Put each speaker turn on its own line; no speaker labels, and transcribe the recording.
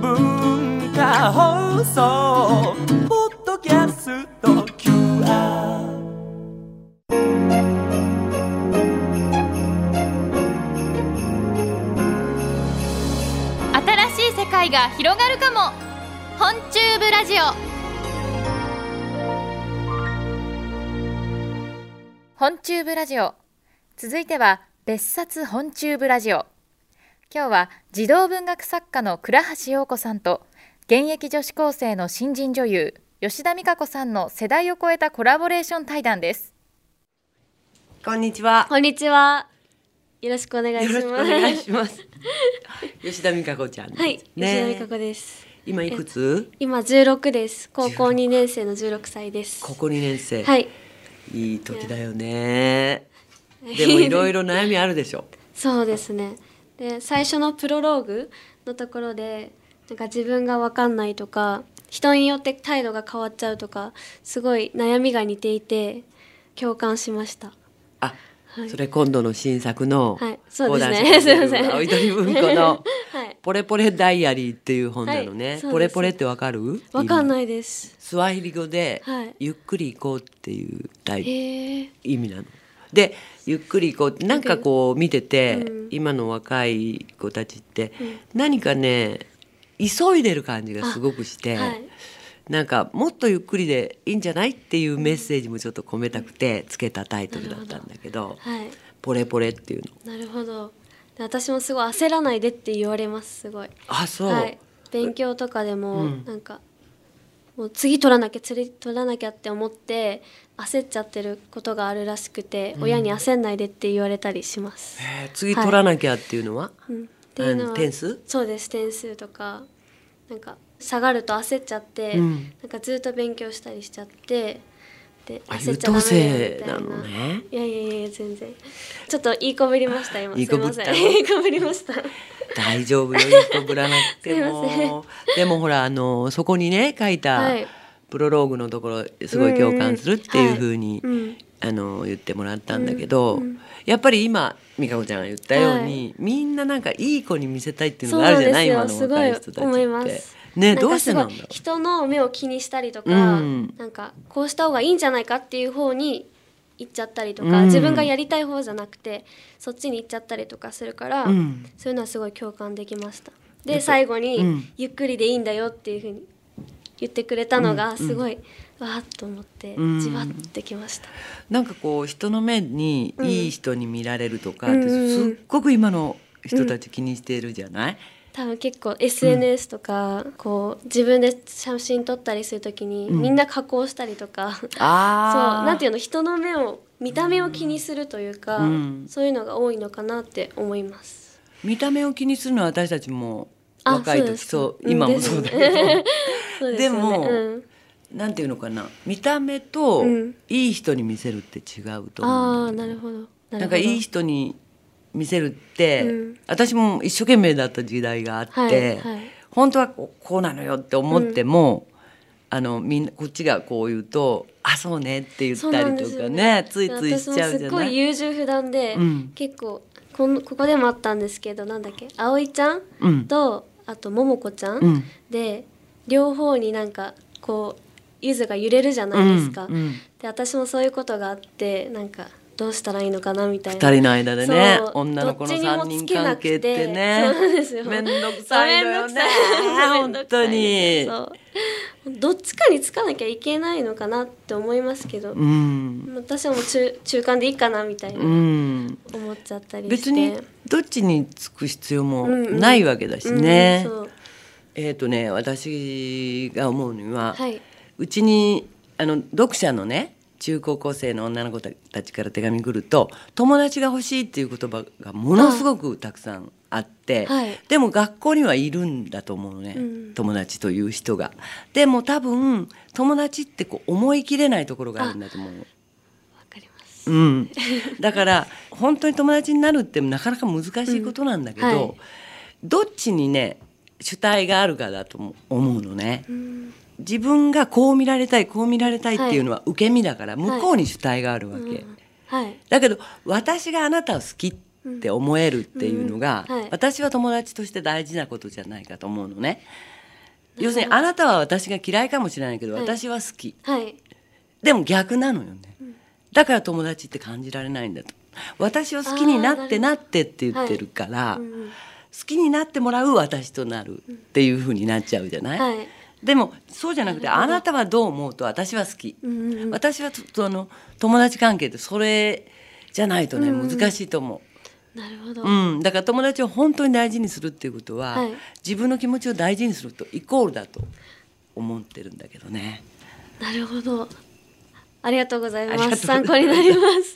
文化放送ポッドキャスト QR
新しい世界が広がるかも本チューブラジオ本チューブラジオ続いては別冊本チューブラジオ今日は児童文学作家の倉橋陽子さんと現役女子高生の新人女優吉田美香子さんの世代を超えたコラボレーション対談です
こんにちは。
こんにちは。よろしくお願い
よろし
します。
くお願いします。 吉田美香子ちゃんです。
はい、吉田美
ね
香子です。
今いくつ？
今16です。高校
16
2年生の16歳です。
ここ2年生。
はい。
いい時だよね。でもいろいろ悩みあるでしょ。
そうですね。で、最初のプロローグのところで、なんか自分がわかんないとか、人によって態度が変わっちゃうとか、すごい悩みが似ていて共感しました。
あ、
はい
それ今度の新作の
はいそうですね
講談社
すいません
青い鳥文庫の
はい
ポレポレダイアリーっていう本なのね。
はいそうです
ポレポレってわかる？
わかん
い。
ないです。
スワヒリ語で
はい
ゆっくり行こうっていうタイプ。
へえ。
意味なの。でゆっくりこうなんかこう見てて、
うん
今の若い子たちって、何かね急いでる感じがすごくして、
はい
なんかもっとゆっくりでいいんじゃないっていうメッセージもちょっと込めたくてつけたタイトルだったんだけど
はい。
ポレポレっていうの。
なるほど。で私もすごい焦らないでって言われます。すごい。
あそう、
はい、勉強とかでも、
うん
なんかもう次取らなきゃ次取らなきゃって思って焦っちゃってることがあるらしくて、親に焦んないでって言われたりします。
えー次取らなきゃっていうのは、
うん、っていうの
あの
は
点数
そうです点数とかなんか下がると焦っちゃって、
うん
なんかずっと勉強したりしちゃってで
あ
焦
優
っちゃダ
等
メ
生
だ
な
よみた
の
いな。
ね。
いやいやいや全然ちょっといいこぶりました今
いい
す
こ
い
ぶっ
ま
た
せん いいこぶりました
大丈夫よいい子ぶらなくて
すいませ
もでもほらあのそこにね書いた
はい
プロローグのところすごい共感するっていうふうに、
うんうん
あの言ってもらったんだけど、やっぱり今美香子ちゃんが言ったように、みんななんかいい子に見せたいっていうのがあるじゃない
そう
今
なん
の
ですよ
若い人
すごい思い
た
ま
ちって
す。
ね
なん
どう
か
して
すご
ないんだろう
人の目を気にしたりとか、
うん
なんかこうした方がいいんじゃないかっていう方に行っちゃったりとか、
うん
自分がやりたい方じゃなくてそっちに行っちゃったりとかするから、
うん
そういうのはすごい共感できましたで最後に、
うん
ゆっくりでいいんだよっていうふうに言ってくれたのがすごい、わーっと思って
うん
じわってきました、
なんかこう人の目にいい人に見られるとかって、
うんうんう
す
ん
っごく今の人たち気にしているじゃない、
多分結構 SNS とか、こう自分で写真撮ったりするときに、
ん
みんな加工したりとか そう
ああ
なんていうの人の目を見た目を気にするというか、
うん
そういうのが多いのかなって思います。
見た目を気にするのは私たちも
あ
若い時
そ
そう
で
う
す
今もそうだけど、
そうすよね
でも
うん
なんていうのかな見た目と
うん
いい人に見せるって違うと思
あ
う
あ
んだよ
な
ね、
るほど。
なんかいい
人
人に見せるって、
うん
私も一生懸命だった時代があって、
はいはい
本当はこうこうなのよって思っても、あのみんなこっちがこう言うと「あそうね」って言ったりとかねついついしちゃうじ
私もす
ゃ
っご
ないい。
優柔不断で、
うん
結構このここでもあったんですけどなんだっけ葵ちゃん
うん
と、あと桃子ちゃん、
うん
で両方になんかこうゆずが揺れるじゃないですか。
うんうん
で私もそういうことがあってなんかどうしたらいいのかなみたいな。
二人の間でね
そう
女の子の
どっちにも
三人関係って
つけなくてそうなん
ね
ですよ
めんどくさいのよね
めんど
本
くさ
当
い
に
そうどっちかにつかなきゃいけないのかなって思いますけど、
うん
私はもう中中間でいいかなみたいな
うん
思っちゃったりして
別にどっちにつく必要も
うんうん
ないわけだしね、
うんそう
えっ、とね私が思うには、
はいう
ちにあの読者のね中高校生の女の子たちから手紙来ると友達が欲しいっていう言葉がものすごくたくさんあって、
はい
でも学校にはいるんだと思うのね、
うん
友達という人が。でも多分友達ってこう思い切れないところがあるんだと思うの。
わかります
うん、だから本当に友達になるってなかなか難しいことなんだけど、
うんはい
どっちにね主体があるかだとも思うのね。
うん
自分がこう見られたいこう見られたいっていうのは受け身だから、
い
向こうに主体があるわけ、
うんはい
だけど私があなたを好きっって思えるっていうのが、
うんうんはい
私は友達として大事なことじゃないかと思うのね。要するにあなたは私が嫌いかもしれないけど、
はい
私は好き
はい
でも逆なのよね、だから友達って感じられないんだと私を好きになって
あーな
なってって言ってるから、
うんうん
好きになってもらう私となるっていう風になっちゃうじゃない、
はい
でもそうじゃなくてあなたはどう思うと私は好き、
うんうんうん
私はとその友達関係ってそれじゃないとね難しいと思
なるほど、
う、うんだから友達を本当に大事にするっていうことは、
はい
自分の気持ちを大事にするとイコールだと思ってるんだけどね。
なるほどありがとうござい
あ
ま
りが
す
とうございます
参考になります